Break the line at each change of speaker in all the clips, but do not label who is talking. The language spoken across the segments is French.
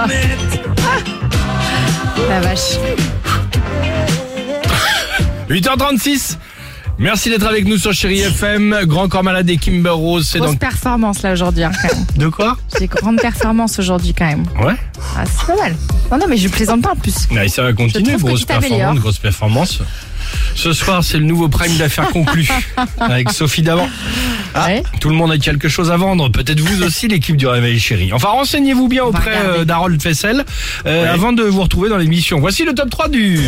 Ah. la vache.
8h36 Merci d'être avec nous sur Chéri FM. Grand Corps Malade et Kimber Rose, c'est
Grosse
donc...
performance là aujourd'hui. hein, quand même.
De quoi
J'ai grande performance aujourd'hui quand même.
Ouais
Ah, c'est pas mal. Non, non, mais je plaisante pas en plus.
Mais ça va continuer,
trouve que
grosse
tu t'améliores.
performance, grosse performance. Ce soir, c'est le nouveau prime d'affaires conclu avec Sophie Davant. Ah.
Ouais.
Tout le monde a quelque chose à vendre, peut-être vous aussi, l'équipe du Réveil Chéri. Enfin, renseignez-vous bien auprès
regarder.
euh, d'Harold Fessel euh, avant de vous retrouver dans l'émission. Voici le top 3 du...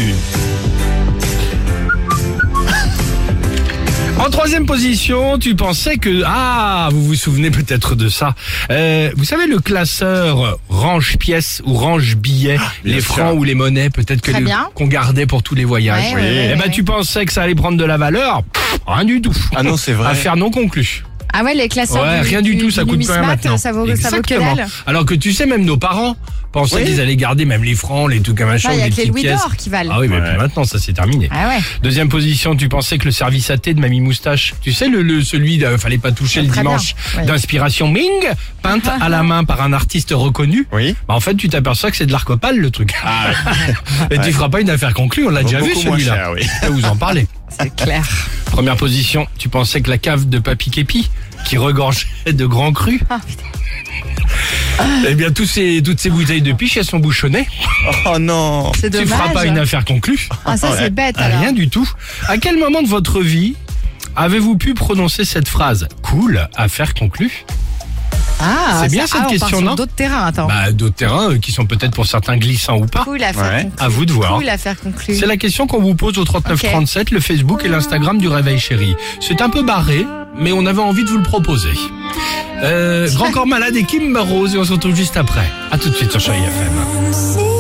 En troisième position, tu pensais que... Ah, vous vous souvenez peut-être de ça. Euh, vous savez, le classeur range pièces ou range billets, les
Ah, sûr.
francs ou les monnaies, peut-être que
Très
les-
bien.
qu'on gardait pour tous les voyages.
Ouais, ouais, ouais,
Eh
ouais,
ben,
ouais.
tu pensais que ça allait prendre de la valeur Pff, Rien du tout.
Ah non, c'est vrai.
Affaire non conclue.
Ah ouais, les classeurs.
Ouais,
du-
rien du, tout, ça coûte pas
numismate,
rien maintenant.
Ça vaut, ça vaut que
Exactement.
dalle.
Alors que tu sais, même nos parents pensaient
Oui.
qu'ils allaient garder même les francs, les trucs à machin,
Là, Ah, Bah, il y a
les
que les
petites
louis
pièces.
d'or qui valent.
Ah oui, mais
Ouais.
puis maintenant, ça c'est terminé.
Ah ouais.
Deuxième position, tu pensais que le service à thé de Mamie Moustache, tu sais, le, le- celui de euh, Fallait pas toucher
Ah,
le
très
dimanche,
bien. Ouais.
d'inspiration Ming, peinte à la main par un artiste reconnu.
Oui. Ah
Bah, en fait, tu t'aperçois que c'est de l'arcopale le truc. Et tu feras pas une affaire conclue, on l'a déjà vu
Beaucoup moins
celui-là.
cher, oui.
Je peux vous en parler.
C'est clair.
Première position, tu pensais que la cave de Papy Képi, qui regorgeait de grands crus,
Ah, putain.
eh bien tous ces, toutes ces bouteilles de piche, elles sont bouchonnées.
Oh non.
C'est dommage.
Tu feras pas une affaire conclue.
Ah, ça, c'est
Ouais.
bête
Ah,
alors.
rien du tout. À quel moment de votre vie avez-vous pu prononcer cette phrase Cool, affaire conclue.
Ah,
C'est
ça-
bien cette
ah, on part
question,
sur
non
d'autres terrains, attends.
Bah, d'autres terrains euh, qui sont peut-être pour certains glissants ou pas.
cool à faire
Ouais.
conclure.
À vous de voir.
Cool à faire conclure.
C'est la question qu'on vous pose au 3937, le Facebook et l'Instagram du Réveil Chéri. C'est un peu barré, mais on avait envie de vous le proposer. Euh, Grand Corps Malade et Kim Barrose, et on se retrouve juste après. À tout de suite sur Chéri FM.
See